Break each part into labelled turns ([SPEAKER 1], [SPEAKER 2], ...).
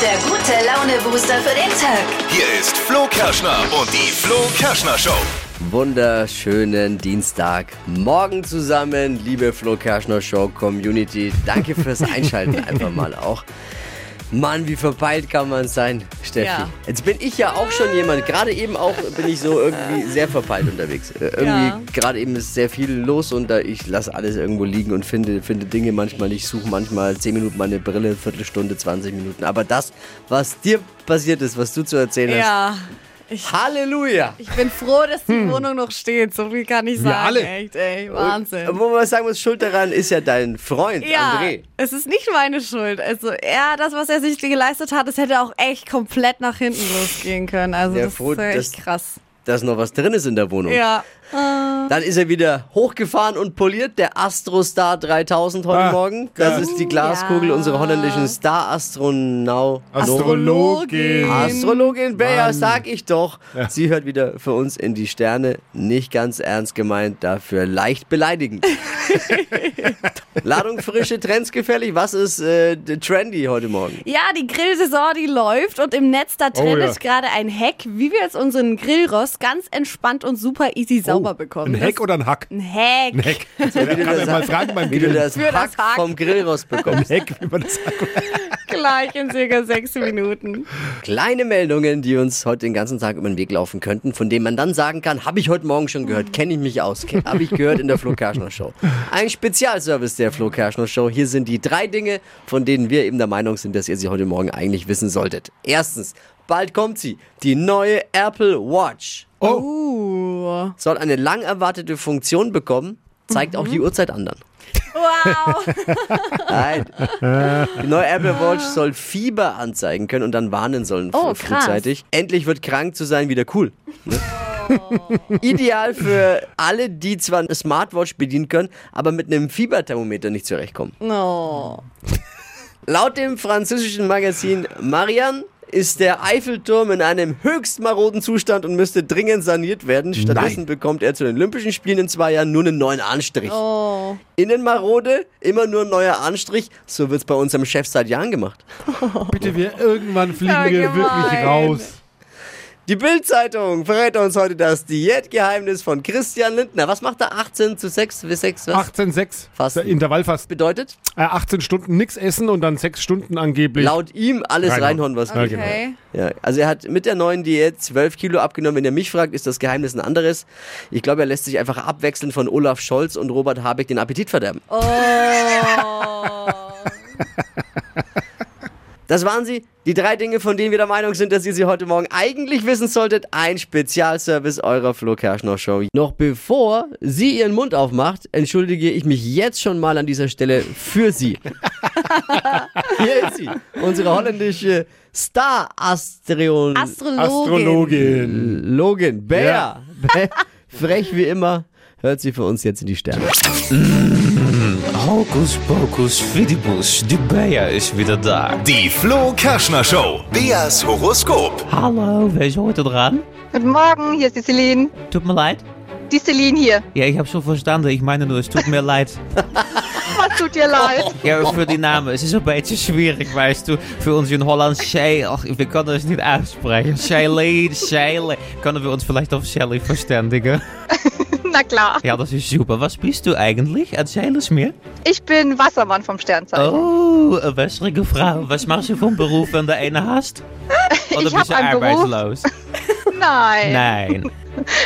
[SPEAKER 1] der gute Laune-Booster für den Tag.
[SPEAKER 2] Hier ist Flo Kerschner und die Flo Kerschner Show.
[SPEAKER 3] Wunderschönen Dienstag. Morgen zusammen, liebe Flo Kerschner Show Community. Danke fürs Einschalten einfach mal auch. Mann, wie verpeilt kann man sein, Steffi.
[SPEAKER 4] Ja.
[SPEAKER 3] Jetzt bin ich ja auch schon jemand. Gerade eben auch bin ich so irgendwie sehr verpeilt unterwegs. Äh, Irgendwie
[SPEAKER 4] Ja.
[SPEAKER 3] gerade eben ist sehr viel los und da ich lasse alles irgendwo liegen und finde, finde Dinge manchmal nicht, suche manchmal 10 Minuten meine Brille, Viertelstunde, 20 Minuten. Aber das, was dir passiert ist, was du zu erzählen
[SPEAKER 4] Ja,
[SPEAKER 3] hast, Halleluja!
[SPEAKER 4] ich bin froh, dass die Wohnung noch steht. So viel kann ich sagen.
[SPEAKER 5] Hm. alle. äh,
[SPEAKER 4] Echt, ey,
[SPEAKER 3] Und
[SPEAKER 4] Wahnsinn.
[SPEAKER 3] Äh, Wo man sagen muss, schuld daran ist ja dein Freund,
[SPEAKER 4] Ja,
[SPEAKER 3] André.
[SPEAKER 4] es ist nicht meine Schuld. Also, er, das, was er sich geleistet hat, es hätte auch echt komplett nach hinten losgehen können. Also,
[SPEAKER 3] Ja,
[SPEAKER 4] das
[SPEAKER 3] froh,
[SPEAKER 4] ist äh, echt
[SPEAKER 3] dass-
[SPEAKER 4] krass.
[SPEAKER 3] Dass noch was drin ist in der
[SPEAKER 5] Oh.
[SPEAKER 3] Wohnung.
[SPEAKER 4] Ja.
[SPEAKER 3] Dann ist er wieder hochgefahren und poliert, der Astrostar 3000 heute
[SPEAKER 5] Ah,
[SPEAKER 3] Morgen.
[SPEAKER 5] geil.
[SPEAKER 3] Das ist die Glaskugel
[SPEAKER 4] ja.
[SPEAKER 3] unserer holländischen Star-Astronau.
[SPEAKER 5] Astrologin.
[SPEAKER 3] Astrologin Bea,
[SPEAKER 5] Mann.
[SPEAKER 3] sag ich doch. Sie hört wieder für uns in die Sterne. Nicht ganz ernst gemeint, dafür leicht beleidigend. Ladung frische Trends gefällig. Was ist äh, trendy heute Morgen?
[SPEAKER 4] Ja, die Grillsaison, die läuft und im Netz da drin
[SPEAKER 5] Oh ja.
[SPEAKER 4] ist gerade ein Hack, wie wir jetzt unseren Grillrost ganz entspannt und super easy sauber bekommen.
[SPEAKER 5] Oh, Ein Heck
[SPEAKER 4] Das-
[SPEAKER 5] oder ein Hack?
[SPEAKER 4] Ein Hack.
[SPEAKER 5] Ein Heck. Wer
[SPEAKER 3] du
[SPEAKER 5] kann
[SPEAKER 3] das-
[SPEAKER 5] das mal fragen beim
[SPEAKER 3] Wie du
[SPEAKER 5] Grill?
[SPEAKER 3] das
[SPEAKER 4] Für das
[SPEAKER 3] Hack
[SPEAKER 4] Hack.
[SPEAKER 3] vom Grill rausbekommst.
[SPEAKER 5] Ein Heck, wie man das sagt.
[SPEAKER 4] Gleich in circa sechs Minuten.
[SPEAKER 3] Kleine Meldungen, die uns heute den ganzen Tag über den Weg laufen könnten, von denen man dann sagen kann, habe ich heute Morgen schon gehört, kenne ich mich aus, habe ich gehört in der Flo Kerschner Show. Ein Spezialservice der Flo Kerschner Show. Hier sind die drei Dinge, von denen wir eben der Meinung sind, dass ihr sie heute Morgen eigentlich wissen solltet. Erstens, bald kommt sie, die neue Apple Watch.
[SPEAKER 5] Oh,
[SPEAKER 4] Uh.
[SPEAKER 3] Soll eine lang erwartete Funktion bekommen, zeigt auch die Uhrzeit anderen.
[SPEAKER 4] Wow.
[SPEAKER 3] Nein. Die neue Apple Watch soll Fieber anzeigen können und dann warnen sollen
[SPEAKER 4] Oh, krass.
[SPEAKER 3] frühzeitig. Endlich wird krank zu sein wieder cool. Ne?
[SPEAKER 4] Oh.
[SPEAKER 3] Ideal für alle, die zwar eine Smartwatch bedienen können, aber mit einem Fieberthermometer nicht zurechtkommen.
[SPEAKER 4] No.
[SPEAKER 3] Laut dem französischen Magazin Marianne ist der Eiffelturm in einem höchst maroden Zustand und müsste dringend saniert werden. Stattdessen
[SPEAKER 5] Nein.
[SPEAKER 3] bekommt er zu den Olympischen Spielen in zwei Jahren nur einen neuen Anstrich.
[SPEAKER 4] Oh.
[SPEAKER 3] Innen marode, immer nur ein neuer Anstrich. So wird's bei unserem Chef seit Jahren gemacht.
[SPEAKER 5] bitte, wir irgendwann fliegen
[SPEAKER 4] Ja,
[SPEAKER 5] wir wirklich
[SPEAKER 4] gemein.
[SPEAKER 5] raus.
[SPEAKER 3] Die Bild-Zeitung verrät uns heute das Diätgeheimnis von Christian Lindner. Was macht er? 18 zu 6 bis 6? Was
[SPEAKER 5] 18,6.
[SPEAKER 3] Fasten.
[SPEAKER 5] Intervallfasten.
[SPEAKER 3] bedeutet?
[SPEAKER 5] Äh, 18 Stunden nichts essen und dann 6 Stunden angeblich.
[SPEAKER 3] Laut ihm alles reinhauen,
[SPEAKER 5] Reinhauen.
[SPEAKER 3] was
[SPEAKER 5] Ja,
[SPEAKER 3] geht.
[SPEAKER 5] genau.
[SPEAKER 4] Okay.
[SPEAKER 3] Ja, also er hat mit der neuen Diät 12 Kilo abgenommen. Wenn ihr mich fragt, ist das Geheimnis ein anderes. Ich glaube, er lässt sich einfach abwechseln von Olaf Scholz und Robert Habeck den Appetit verderben.
[SPEAKER 4] Oh.
[SPEAKER 3] Das waren sie, die drei Dinge, von denen wir der Meinung sind, dass ihr sie heute Morgen eigentlich wissen solltet. Ein Spezialservice eurer Flo Kerschner Show. Noch bevor sie ihren Mund aufmacht, entschuldige ich mich jetzt schon mal an dieser Stelle für sie. Hier ist sie, unsere holländische Star-Astrion.
[SPEAKER 4] Astrologin.
[SPEAKER 5] Astrologin.
[SPEAKER 3] Logan, Bea.
[SPEAKER 5] Ja.
[SPEAKER 3] Bea, Frech wie immer, hört sie für uns jetzt in die Sterne.
[SPEAKER 6] Hocus pocus fidibus, die Bea is weer daar.
[SPEAKER 2] Die Flo Kerschner Show. Beas Horoskop.
[SPEAKER 6] Hallo, wer is heute dran?
[SPEAKER 7] Guten Morgen, hier ist die Celine.
[SPEAKER 6] Tut mir leid.
[SPEAKER 7] Die Celine hier.
[SPEAKER 6] Ja, ich habe schon verstanden. Ich meine nur, es tut mir dus, leid.
[SPEAKER 7] Was tut dir leid?
[SPEAKER 6] Ja, für die Namen. Es ist een beetje schwierig, weißt du. Für uns in Holland, Shay. Ach, dus wir können es nicht aussprechen. Shailene, Shailene. Können wir uns vielleicht auf Shelly verständigen?
[SPEAKER 7] Na klar.
[SPEAKER 6] Ja, das ist super. Was bist du eigentlich? Erzähl es mir.
[SPEAKER 7] Ich bin Wassermann vom Sternzeichen.
[SPEAKER 6] Oh, een wässrige Frau. Was machst du vom Beruf, wenn du eine hast? Oder
[SPEAKER 7] Ich hab
[SPEAKER 6] bist du
[SPEAKER 7] einen Beruf.
[SPEAKER 6] arbeitslos?
[SPEAKER 7] Nein.
[SPEAKER 6] Nein.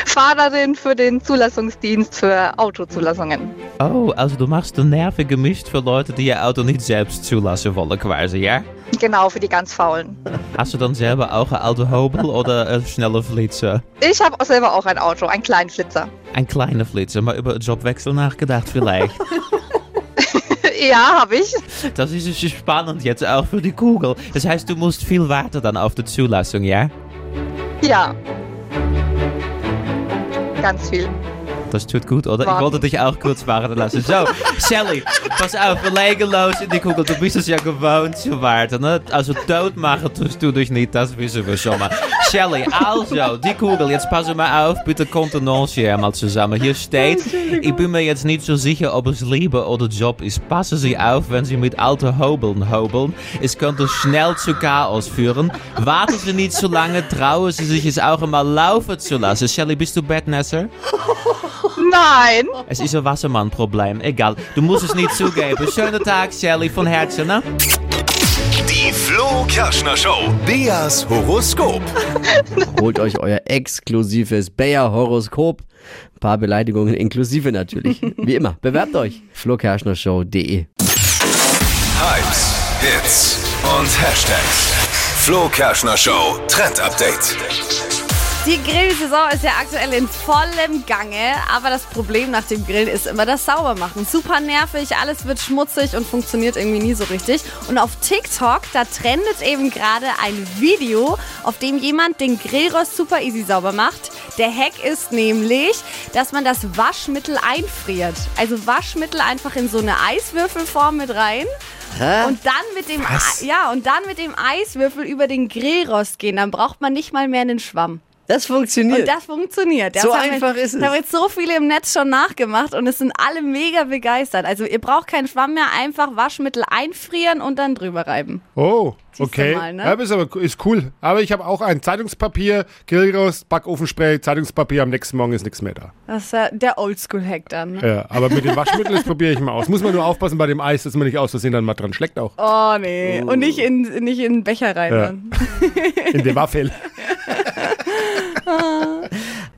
[SPEAKER 7] Fahrerin für den Zulassungsdienst für Autozulassungen.
[SPEAKER 6] Oh, also du machst de Nerven gemischt für Leute, die je Auto nicht selbst zulassen wollen, quasi, ja?
[SPEAKER 7] Genau, für die ganz Faulen.
[SPEAKER 6] Hast du dann selber auch ein Auto Hobel oder een schnelle Flitzer?
[SPEAKER 7] Ich habe selber auch ein Auto, einen kleinen Flitzer.
[SPEAKER 6] Ein kleiner Flitzer, maar über einen Jobwechsel nachgedacht vielleicht.
[SPEAKER 7] Ja, habe ich.
[SPEAKER 6] Das ist so dus spannend jetzt auch für die Dus Kugel. Das heißt, du musst viel warten dann auf die Zulassung, ja?
[SPEAKER 7] Ja. Ganz viel.
[SPEAKER 6] Das tut gut, oder? Ich
[SPEAKER 7] Warten.
[SPEAKER 6] wollte dich auch kurz warten lassen. So, Sally, pass auf, verlegen los in die Kugel. dus Du bist es ja gewohnt zu warten. Ne? Also dood machen tust du dich nicht, das wissen wir schon mal. Shelley, also, die Kugel, jetzt passe mal auf, bitte Kontenance einmal zusammen. Hier steht, ich bin mir jetzt nicht so sicher, ob es Liebe oder Job ist. Passen Sie auf, wenn Sie mit alten Hobeln hobeln. Es könnte schnell zu Chaos führen. Warten Sie nicht zu lange, trauen Sie sich es auch einmal laufen zu lassen. Shelley, bist du Bettnässer?
[SPEAKER 7] Nein.
[SPEAKER 6] Es ist ein Wassermann-Problem, egal. Du musst es nicht zugeben. Schönen Tag, Shelley, von Herzen, ne?
[SPEAKER 2] Die Flo Kerschner Show. Beas Horoskop.
[SPEAKER 3] Holt euch euer exklusives Bayer-Horoskop. Ein paar Beleidigungen inklusive natürlich. Wie immer, bewerbt euch. flokerschnershow.de
[SPEAKER 2] Hypes, Hits und Hashtags. Flo Kerschner Show Trend Update.
[SPEAKER 4] Die Grillsaison ist ja aktuell in vollem Gange, aber das Problem nach dem Grillen ist immer das Saubermachen. Super nervig, alles wird schmutzig und funktioniert irgendwie nie so richtig. Und auf TikTok, da trendet eben gerade ein Video, auf dem jemand den Grillrost super easy sauber macht. Der Hack ist nämlich, dass man das Waschmittel einfriert. Also Waschmittel einfach in so eine Eiswürfelform mit rein.
[SPEAKER 3] Hä?
[SPEAKER 4] Und dann mit dem Ei- ja und dann mit dem Eiswürfel über den Grillrost gehen, dann braucht man nicht mal mehr einen Schwamm.
[SPEAKER 3] Das funktioniert.
[SPEAKER 4] Und das funktioniert.
[SPEAKER 3] So
[SPEAKER 4] Das haben
[SPEAKER 3] einfach
[SPEAKER 4] jetzt,
[SPEAKER 3] ist es.
[SPEAKER 4] Da haben jetzt so viele im Netz schon nachgemacht und es sind alle mega begeistert. Also ihr braucht keinen Schwamm mehr, einfach Waschmittel einfrieren und dann drüber reiben.
[SPEAKER 5] Oh,
[SPEAKER 4] Siehst
[SPEAKER 5] okay.
[SPEAKER 4] du mal, ne?
[SPEAKER 5] ja, ist aber ist cool. Aber ich habe auch ein Zeitungspapier, Grillrost, Backofenspray, Zeitungspapier. Am nächsten Morgen ist nichts mehr da.
[SPEAKER 4] Das ist ja der Oldschool-Hack dann. ne?
[SPEAKER 5] Ja, aber mit dem Waschmittel, das probiere ich mal aus. Muss man nur aufpassen bei dem Eis, dass man nicht aus Versehen dann mal dran schlägt auch.
[SPEAKER 4] Oh nee. Und nicht in, nicht in den Becher rein.
[SPEAKER 5] Ja.
[SPEAKER 4] Dann.
[SPEAKER 5] In dem Waffel.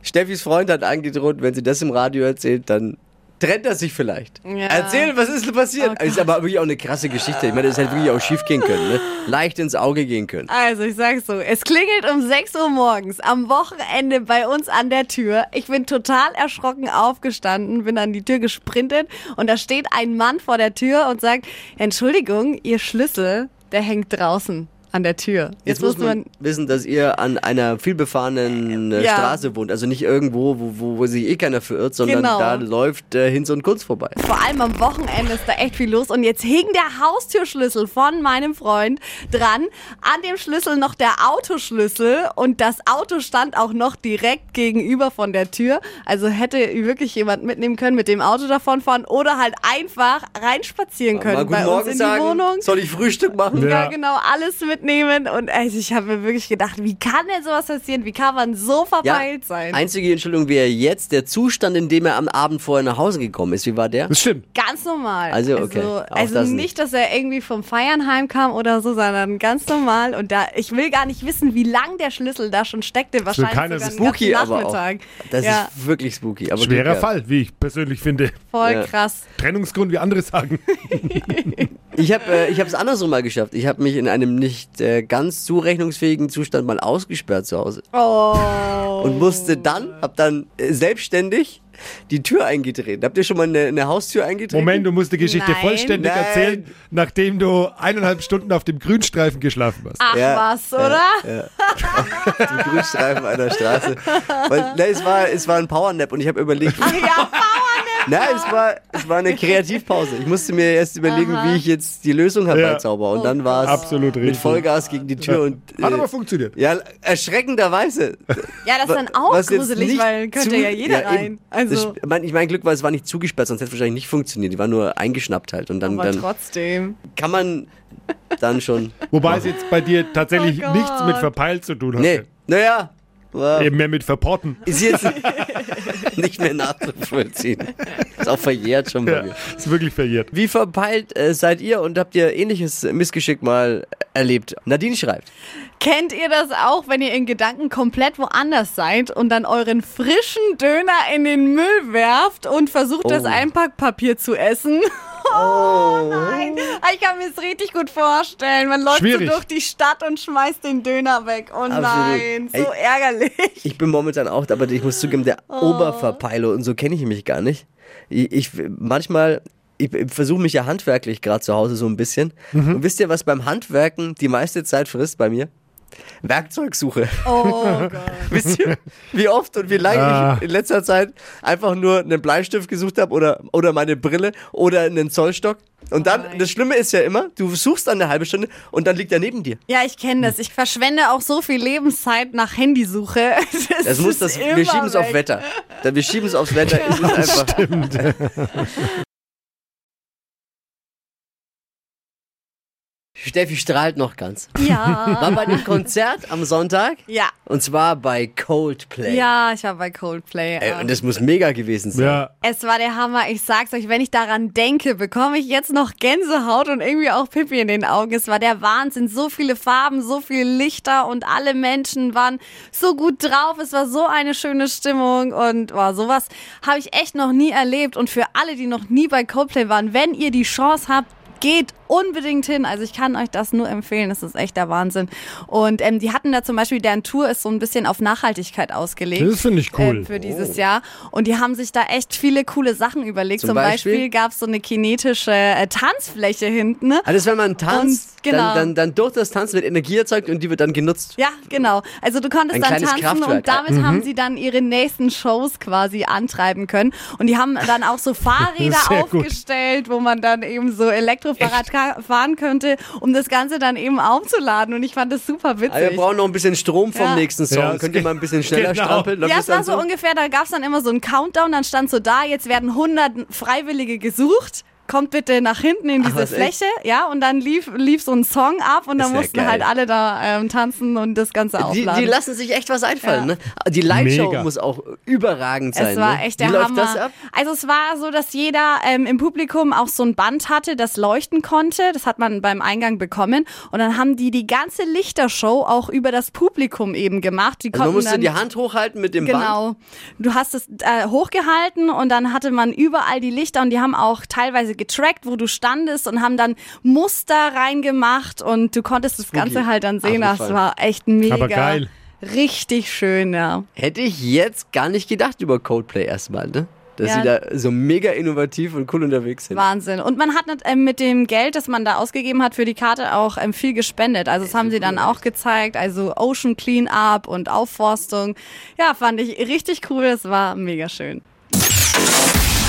[SPEAKER 3] Steffis Freund hat angedroht, wenn sie das im Radio erzählt, dann trennt er sich vielleicht.
[SPEAKER 4] Ja.
[SPEAKER 3] Erzähl, was ist denn passiert?
[SPEAKER 4] Oh
[SPEAKER 3] ist aber wirklich auch eine krasse Geschichte. Ich meine, das hätte wirklich auch schief gehen können. Ne? Leicht ins Auge gehen können.
[SPEAKER 4] Also, ich sag's so. Es klingelt um 6 Uhr morgens am Wochenende bei uns an der Tür. Ich bin total erschrocken aufgestanden, bin an die Tür gesprintet und da steht ein Mann vor der Tür und sagt, Entschuldigung, Ihr Schlüssel, der hängt draußen an der Tür.
[SPEAKER 3] Jetzt muss man wissen, dass ihr an einer vielbefahrenen äh,
[SPEAKER 4] Ja.
[SPEAKER 3] Straße wohnt. Also nicht irgendwo, wo, wo, wo sich eh keiner verirrt, sondern
[SPEAKER 4] Genau.
[SPEAKER 3] da läuft äh, Hinz und Kunz vorbei.
[SPEAKER 4] Vor allem am Wochenende ist da echt viel los. Und jetzt hing der Haustürschlüssel von meinem Freund dran. An dem Schlüssel noch der Autoschlüssel. Und das Auto stand auch noch direkt gegenüber von der Tür. Also hätte wirklich jemand mitnehmen können, mit dem Auto davonfahren oder halt einfach reinspazieren
[SPEAKER 3] Mal
[SPEAKER 4] können
[SPEAKER 3] guten
[SPEAKER 4] bei uns
[SPEAKER 3] Morgen
[SPEAKER 4] in die
[SPEAKER 3] sagen.
[SPEAKER 4] Wohnung.
[SPEAKER 3] Soll ich Frühstück machen?
[SPEAKER 4] Ja.
[SPEAKER 5] Ja.
[SPEAKER 4] genau, alles mitnehmen. Und also ich habe mir wirklich gedacht, wie kann denn sowas passieren? Wie kann man so
[SPEAKER 3] Ja,
[SPEAKER 4] verpeilt sein?
[SPEAKER 3] einzige Entschuldigung wäre jetzt der Zustand, in dem er am Abend vorher nach Hause gekommen ist. Wie war der?
[SPEAKER 5] Das stimmt.
[SPEAKER 4] Ganz normal.
[SPEAKER 3] Also, okay. Auch
[SPEAKER 4] Also, also
[SPEAKER 3] das
[SPEAKER 4] nicht,
[SPEAKER 3] nicht.
[SPEAKER 4] dass er irgendwie vom Feiern heimkam oder so, sondern ganz normal. Und da, ich will gar nicht wissen, wie lang der Schlüssel da schon steckte. Wahrscheinlich
[SPEAKER 5] keiner-
[SPEAKER 4] sogar den
[SPEAKER 3] Spooky
[SPEAKER 4] ganzen
[SPEAKER 3] aber auch.
[SPEAKER 4] Nachmittag.
[SPEAKER 3] Das
[SPEAKER 4] ja,
[SPEAKER 3] ist wirklich spooky. Aber
[SPEAKER 5] Schwerer
[SPEAKER 3] Glück gehabt.
[SPEAKER 5] Fall, wie ich persönlich finde.
[SPEAKER 4] voll
[SPEAKER 3] Ja.
[SPEAKER 4] krass.
[SPEAKER 5] Trennungsgrund, wie andere sagen.
[SPEAKER 3] Ich habe äh, ich es andersrum mal geschafft. Ich habe mich in einem nicht äh, ganz zurechnungsfähigen Zustand mal ausgesperrt zu Hause
[SPEAKER 4] Oh.
[SPEAKER 3] und musste dann, habe dann äh, selbstständig die Tür eingetreten. Habt ihr schon mal eine, eine Haustür eingetreten?
[SPEAKER 5] Moment, du musst die Geschichte
[SPEAKER 4] Nein.
[SPEAKER 5] vollständig
[SPEAKER 3] Nein.
[SPEAKER 5] erzählen, nachdem du eineinhalb Stunden auf dem Grünstreifen geschlafen hast.
[SPEAKER 4] Ach
[SPEAKER 3] Ja.
[SPEAKER 4] was, oder?
[SPEAKER 3] Die Grünstreifen einer Straße. Weil, ne, es, war, es war ein Powernap und ich habe überlegt.
[SPEAKER 4] Ach ja, Bauern.
[SPEAKER 3] Nein, es war, es war eine Kreativpause. Ich musste mir erst überlegen, wie ich jetzt die Lösung herbeizauber. Und dann war es
[SPEAKER 5] Absolut
[SPEAKER 3] mit
[SPEAKER 5] richtig.
[SPEAKER 3] Vollgas gegen die Tür. Und,
[SPEAKER 5] Hat
[SPEAKER 3] äh,
[SPEAKER 5] aber funktioniert.
[SPEAKER 3] Ja, erschreckenderweise.
[SPEAKER 4] Ja, das ist dann auch
[SPEAKER 3] Was jetzt
[SPEAKER 4] gruselig,
[SPEAKER 3] nicht
[SPEAKER 4] weil könnte
[SPEAKER 3] zu-
[SPEAKER 4] ja jeder
[SPEAKER 3] eben.
[SPEAKER 4] rein. Also,
[SPEAKER 3] Das, ich mein, ich mein Glück war, es war nicht zugesperrt, sonst hätte es wahrscheinlich nicht funktioniert. Die war nur eingeschnappt halt. Und dann,
[SPEAKER 4] aber
[SPEAKER 3] dann
[SPEAKER 4] trotzdem.
[SPEAKER 3] kann man dann schon.
[SPEAKER 5] Wobei es jetzt bei dir tatsächlich
[SPEAKER 4] Oh Gott.
[SPEAKER 5] nichts mit verpeilt zu tun hat.
[SPEAKER 3] Nee, naja. war-
[SPEAKER 5] Eben mehr mit verporten.
[SPEAKER 3] Ist jetzt nicht mehr nachzuvollziehen. Ist auch verjährt schon bei
[SPEAKER 5] Ja,
[SPEAKER 3] mir.
[SPEAKER 5] ist wirklich verjährt.
[SPEAKER 3] Wie verpeilt äh, seid ihr und habt ihr ähnliches Missgeschick mal erlebt? Nadine schreibt.
[SPEAKER 4] Kennt ihr das auch, wenn ihr in Gedanken komplett woanders seid und dann euren frischen Döner in den Müll werft und versucht, das
[SPEAKER 3] Oh.
[SPEAKER 4] Einpackpapier zu essen?
[SPEAKER 3] Oh.
[SPEAKER 4] Nein, Ah, ich kann mir das richtig gut vorstellen. Man läuft so
[SPEAKER 5] Schwierig.
[SPEAKER 4] durch die Stadt und schmeißt den Döner weg. Oh nein, so
[SPEAKER 3] Ey.
[SPEAKER 4] ärgerlich.
[SPEAKER 3] Ich bin momentan auch, aber ich muss zugeben, der Oberverpeiler und so kenne ich mich gar nicht. Ich, ich manchmal, ich, ich versuche mich ja
[SPEAKER 5] Mhm.
[SPEAKER 3] handwerklich gerade zu Hause so ein bisschen. Und wisst ihr, was beim Handwerken die meiste Zeit frisst bei mir? Werkzeugsuche.
[SPEAKER 4] Oh Gott.
[SPEAKER 3] Wisst ihr, wie oft und wie lange ich in letzter Zeit einfach nur einen Bleistift gesucht habe oder, oder meine Brille oder einen Zollstock? Und dann, das Schlimme ist ja immer, du suchst dann eine halbe Stunde und dann liegt er neben dir.
[SPEAKER 4] Ja, ich kenne das. Ich verschwende auch so viel Lebenszeit nach Handysuche. Das,
[SPEAKER 3] Das muss
[SPEAKER 4] ist
[SPEAKER 3] das,
[SPEAKER 4] immer
[SPEAKER 3] wir schieben es auf
[SPEAKER 4] weg.
[SPEAKER 3] Wetter. Da- Wir schieben es aufs Wetter. es ist einfach, Steffi strahlt noch ganz.
[SPEAKER 4] Ja.
[SPEAKER 3] War bei dem Konzert am Sonntag
[SPEAKER 4] Ja.
[SPEAKER 3] und zwar bei Coldplay.
[SPEAKER 4] Ja, ich war bei Coldplay.
[SPEAKER 3] Ey,
[SPEAKER 4] ja.
[SPEAKER 3] und das muss mega gewesen sein.
[SPEAKER 5] Ja.
[SPEAKER 4] Es war der Hammer. Ich sag's euch, wenn ich daran denke, bekomme ich jetzt noch Gänsehaut und irgendwie auch Pippi in den Augen. Es war der Wahnsinn. So viele Farben, so viele Lichter und alle Menschen waren so gut drauf. Es war so eine schöne Stimmung und boah, sowas habe ich echt noch nie erlebt. Und für alle, die noch nie bei Coldplay waren, wenn ihr die Chance habt, Geht unbedingt hin. Also ich kann euch das nur empfehlen. Das ist echt der Wahnsinn. Und ähm, die hatten da zum Beispiel, deren Tour ist so ein bisschen auf Nachhaltigkeit ausgelegt.
[SPEAKER 5] Das finde ich cool.
[SPEAKER 4] Ähm, für dieses Jahr. Und die haben sich da echt viele coole Sachen überlegt.
[SPEAKER 3] Oh. Zum
[SPEAKER 4] Zum, Beispiel,
[SPEAKER 3] Beispiel?
[SPEAKER 4] gab es so eine kinetische äh, Tanzfläche hinten. Ne?
[SPEAKER 3] Also das, wenn man tanzt,
[SPEAKER 4] Und genau.
[SPEAKER 3] dann, dann, dann durch das Tanzen wird Energie erzeugt und die wird dann genutzt.
[SPEAKER 4] Ja, genau. Also du konntest
[SPEAKER 3] Ein
[SPEAKER 4] dann
[SPEAKER 3] kleines
[SPEAKER 4] tanzen
[SPEAKER 3] Kraftwerk. Mhm.
[SPEAKER 4] und damit haben sie dann ihre nächsten Shows quasi antreiben können. Und die haben dann auch so Fahrräder
[SPEAKER 5] Sehr gut.
[SPEAKER 4] aufgestellt, wo man dann eben so Elektrofahrrad ka- fahren könnte, um das Ganze dann eben aufzuladen. Und ich fand das super witzig.
[SPEAKER 3] Ah, wir brauchen noch ein bisschen Strom vom
[SPEAKER 4] Ja.
[SPEAKER 3] nächsten Song.
[SPEAKER 5] Ja, es
[SPEAKER 3] Könnt ihr
[SPEAKER 5] geht-
[SPEAKER 3] mal ein bisschen schneller
[SPEAKER 5] Genau.
[SPEAKER 3] strampeln? also Läuft
[SPEAKER 4] Ja,
[SPEAKER 3] das
[SPEAKER 4] es war
[SPEAKER 3] dann
[SPEAKER 4] so ungefähr, da gab's dann immer so einen Countdown, dann stand so da, jetzt werden 100 Freiwillige gesucht. Kommt bitte nach hinten in diese
[SPEAKER 3] was, echt?
[SPEAKER 4] Fläche, ja, und dann lief, lief so ein Song ab und
[SPEAKER 3] Das
[SPEAKER 4] dann
[SPEAKER 3] wär
[SPEAKER 4] mussten
[SPEAKER 3] geil.
[SPEAKER 4] halt alle da ähm, tanzen und das Ganze
[SPEAKER 3] Die,
[SPEAKER 4] aufladen.
[SPEAKER 3] die lassen sich echt was einfallen. Ne? Die Lightshow
[SPEAKER 5] Mega.
[SPEAKER 3] muss auch überragend sein.
[SPEAKER 4] Es war
[SPEAKER 3] ne?
[SPEAKER 4] echt
[SPEAKER 3] Wie
[SPEAKER 4] der
[SPEAKER 3] läuft
[SPEAKER 4] Hammer.
[SPEAKER 3] das ab?
[SPEAKER 4] Also es war so, dass jeder ähm, im Publikum auch so ein Band hatte, das leuchten konnte. Das hat man beim Eingang bekommen. Und dann haben die die ganze Lichtershow auch über das Publikum eben gemacht. Die
[SPEAKER 3] Also man
[SPEAKER 4] konnten
[SPEAKER 3] musste
[SPEAKER 4] dann
[SPEAKER 3] die Hand hochhalten mit dem Band.
[SPEAKER 4] Genau. Du hast es äh, hochgehalten und dann hatte man überall die Lichter und die haben auch teilweise getrackt, wo du standest und haben dann Muster reingemacht und du konntest das Ganze halt dann sehen. Das
[SPEAKER 3] Abgefahren.
[SPEAKER 4] war echt mega.
[SPEAKER 5] Aber geil.
[SPEAKER 4] Richtig schön, ja.
[SPEAKER 3] Hätte ich jetzt gar nicht gedacht über Coldplay erstmal, ne? Dass
[SPEAKER 4] Ja.
[SPEAKER 3] sie da so mega innovativ und cool unterwegs sind.
[SPEAKER 4] Wahnsinn. Und man hat äh, mit dem Geld, das man da ausgegeben hat für die Karte, auch ähm, viel gespendet. Also das haben sie dann auch gezeigt. Also Ocean Cleanup und Aufforstung. Ja, fand ich richtig cool. Das war mega schön.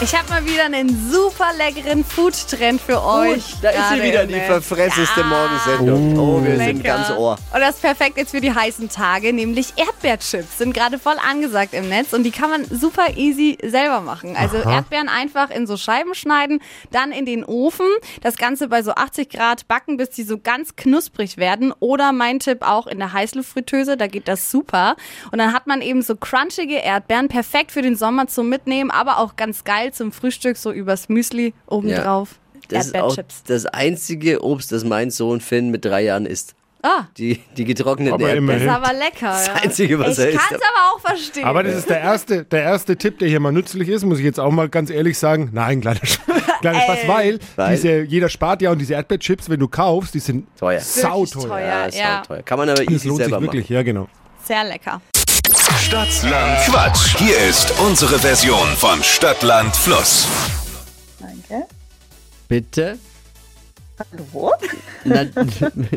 [SPEAKER 4] Ich habe mal wieder einen super leckeren Food-Trend für euch.
[SPEAKER 3] da ist sie
[SPEAKER 4] gerade
[SPEAKER 3] wieder, die
[SPEAKER 4] entdeckt.
[SPEAKER 3] verfressenste Morgensendung. Oh,
[SPEAKER 5] Uh.
[SPEAKER 3] wir sind
[SPEAKER 4] Lecker.
[SPEAKER 3] ganz Ohr.
[SPEAKER 4] Und das ist perfekt jetzt für die heißen Tage, nämlich Erdbeerchips sind gerade voll angesagt im Netz und die kann man super easy selber machen. Also Erdbeeren einfach in so Scheiben schneiden, dann in den Ofen, das Ganze bei so 80 Grad backen, bis die so ganz knusprig werden. Oder mein Tipp auch in der Heißluftfritteuse, da geht das super. Und dann hat man eben so crunchige Erdbeeren, perfekt für den Sommer zum Mitnehmen, aber auch ganz geil zum Frühstück, so übers Müsli obendrauf.
[SPEAKER 3] Das ist auch
[SPEAKER 4] Erdbeerchips.
[SPEAKER 3] das einzige Obst, das mein Sohn Finn mit drei Jahren isst.
[SPEAKER 4] Ah.
[SPEAKER 3] Die, die getrockneten
[SPEAKER 5] Aber
[SPEAKER 3] Erdbeeren.
[SPEAKER 4] Ist
[SPEAKER 5] immerhin.
[SPEAKER 4] aber lecker. ja.
[SPEAKER 3] Einzige, was
[SPEAKER 4] ich
[SPEAKER 3] er isst.
[SPEAKER 4] kann's aber auch verstehen.
[SPEAKER 5] Aber das ist der erste, der erste Tipp, der hier mal nützlich ist, muss ich jetzt auch mal ganz ehrlich sagen. Nein, kleiner, Sch-
[SPEAKER 4] Äh.
[SPEAKER 5] kleiner Spaß, weil,
[SPEAKER 3] Weil?
[SPEAKER 5] Diese, jeder spart ja und diese Erdbeerchips, wenn du kaufst, die sind
[SPEAKER 3] Teuer.
[SPEAKER 5] sauteuer.
[SPEAKER 4] teuer.
[SPEAKER 3] Ja, ist
[SPEAKER 4] Ja.
[SPEAKER 3] auch teuer. Kann man aber
[SPEAKER 5] Das
[SPEAKER 3] easy
[SPEAKER 5] lohnt sich
[SPEAKER 3] selber
[SPEAKER 5] wirklich, ja genau.
[SPEAKER 4] Sehr lecker.
[SPEAKER 2] Stadtland Quatsch. Hier ist unsere Version von Stadtland Fluss.
[SPEAKER 7] Danke.
[SPEAKER 3] machen. Bitte?
[SPEAKER 7] Hallo?
[SPEAKER 3] Na,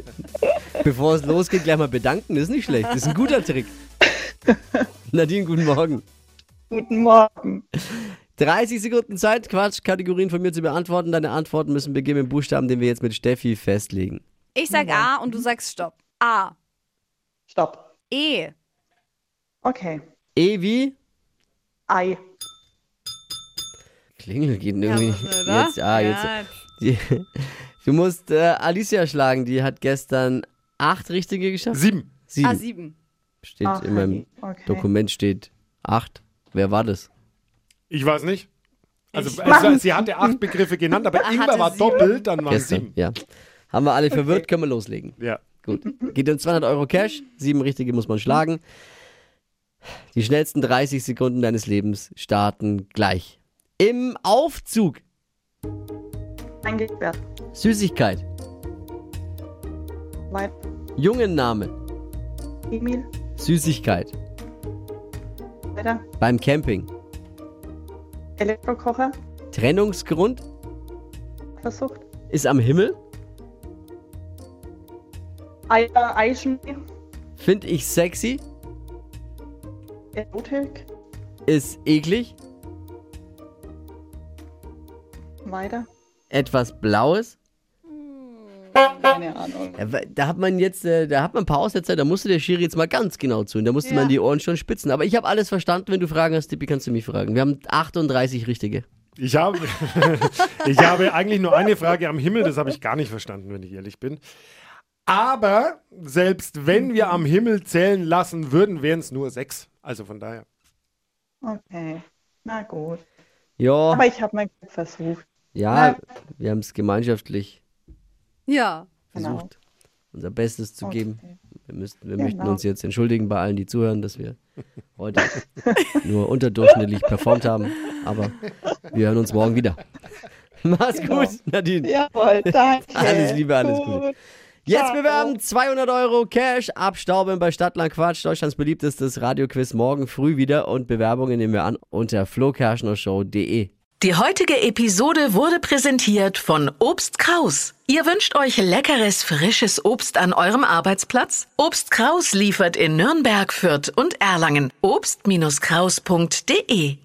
[SPEAKER 3] bevor es losgeht, gleich mal bedanken. Ist nicht schlecht. Ist ein guter Trick. Nadine, guten Morgen.
[SPEAKER 7] Guten Morgen.
[SPEAKER 3] 30 Sekunden Zeit, Quatsch, Kategorien von mir zu beantworten. Deine Antworten müssen beginnen mit dem Buchstaben, den wir jetzt mit Steffi festlegen.
[SPEAKER 4] Ich sag A und du sagst Stopp. A.
[SPEAKER 7] Stopp.
[SPEAKER 4] E.
[SPEAKER 7] Okay.
[SPEAKER 3] Evi.
[SPEAKER 7] Ei.
[SPEAKER 3] Klingel geht
[SPEAKER 4] Ja,
[SPEAKER 3] irgendwie.
[SPEAKER 4] was, oder?
[SPEAKER 3] Jetzt, ah, jetzt.
[SPEAKER 4] Ja,
[SPEAKER 3] Die, du musst äh, Alicia schlagen, die hat gestern acht richtige geschafft.
[SPEAKER 5] Sieben.
[SPEAKER 3] Sieben.
[SPEAKER 4] A7.
[SPEAKER 3] steht
[SPEAKER 7] Ach,
[SPEAKER 3] in meinem
[SPEAKER 7] okay.
[SPEAKER 3] Dokument steht acht. Wer war das?
[SPEAKER 5] Ich weiß nicht. Also, also sie hatte acht Begriffe genannt, aber irgendwer
[SPEAKER 4] hatte
[SPEAKER 5] war
[SPEAKER 4] sieben.
[SPEAKER 5] doppelt, dann waren
[SPEAKER 3] Gestern.
[SPEAKER 5] sieben.
[SPEAKER 3] Ja. Haben wir alle verwirrt, können wir loslegen.
[SPEAKER 5] Ja.
[SPEAKER 3] Gut. Geht um 200 Euro Cash, sieben richtige muss man schlagen. Die schnellsten 30 Sekunden deines Lebens starten gleich. Im Aufzug.
[SPEAKER 7] Eingesperrt.
[SPEAKER 3] Süßigkeit.
[SPEAKER 7] Leib.
[SPEAKER 3] Jungenname.
[SPEAKER 7] Emil.
[SPEAKER 3] Süßigkeit.
[SPEAKER 7] Weiter.
[SPEAKER 3] Beim Camping.
[SPEAKER 7] Elektrokocher.
[SPEAKER 3] Trennungsgrund.
[SPEAKER 7] versucht.
[SPEAKER 3] Ist am Himmel.
[SPEAKER 7] Eier, Eischnee,
[SPEAKER 3] Find ich sexy.
[SPEAKER 7] Erotik,
[SPEAKER 3] Ist eklig.
[SPEAKER 7] weiter.
[SPEAKER 3] Etwas Blaues.
[SPEAKER 7] Keine Ahnung.
[SPEAKER 3] Ja, wa- Da hat man jetzt, äh, da hat man ein paar Aussetzer, da musste der Schiri jetzt mal ganz genau zuhören. Da musste
[SPEAKER 7] Ja.
[SPEAKER 3] man die Ohren schon spitzen. Aber ich habe alles verstanden. Wenn du Fragen hast, Tippi, kannst du mich fragen. Wir haben 38 richtige.
[SPEAKER 5] Ich habe, ich habe eigentlich nur eine Frage am Himmel, das habe ich gar nicht verstanden, wenn ich ehrlich bin. Aber selbst wenn wir am Himmel zählen lassen würden, wären es nur sechs. Also von daher.
[SPEAKER 7] Okay, na gut.
[SPEAKER 3] Ja,
[SPEAKER 7] Aber ich habe mein Glück versucht.
[SPEAKER 3] ja,
[SPEAKER 7] Nein.
[SPEAKER 3] wir haben es gemeinschaftlich
[SPEAKER 4] Ja.
[SPEAKER 7] Genau.
[SPEAKER 3] versucht, unser Bestes zu
[SPEAKER 7] Okay.
[SPEAKER 3] geben. Wir, müssten, wir
[SPEAKER 7] Genau.
[SPEAKER 3] möchten uns jetzt entschuldigen bei allen, die zuhören, dass wir heute nur unterdurchschnittlich performt haben. Aber wir hören uns morgen wieder. Mach's
[SPEAKER 7] Genau.
[SPEAKER 3] gut, Nadine.
[SPEAKER 7] Jawohl, danke.
[SPEAKER 3] Alles Liebe, alles Gute. Jetzt
[SPEAKER 7] Ciao.
[SPEAKER 3] bewerben 200 Euro Cash, abstauben bei Stadtland Quatsch, Deutschlands beliebtestes Radioquiz morgen früh wieder und Bewerbungen nehmen wir an unter flokerschnershow.de.
[SPEAKER 8] Die heutige Episode wurde präsentiert von Obst Kraus. Ihr wünscht euch leckeres, frisches Obst an eurem Arbeitsplatz? Obst Kraus liefert in Nürnberg, Fürth und Erlangen. Obst-Kraus.de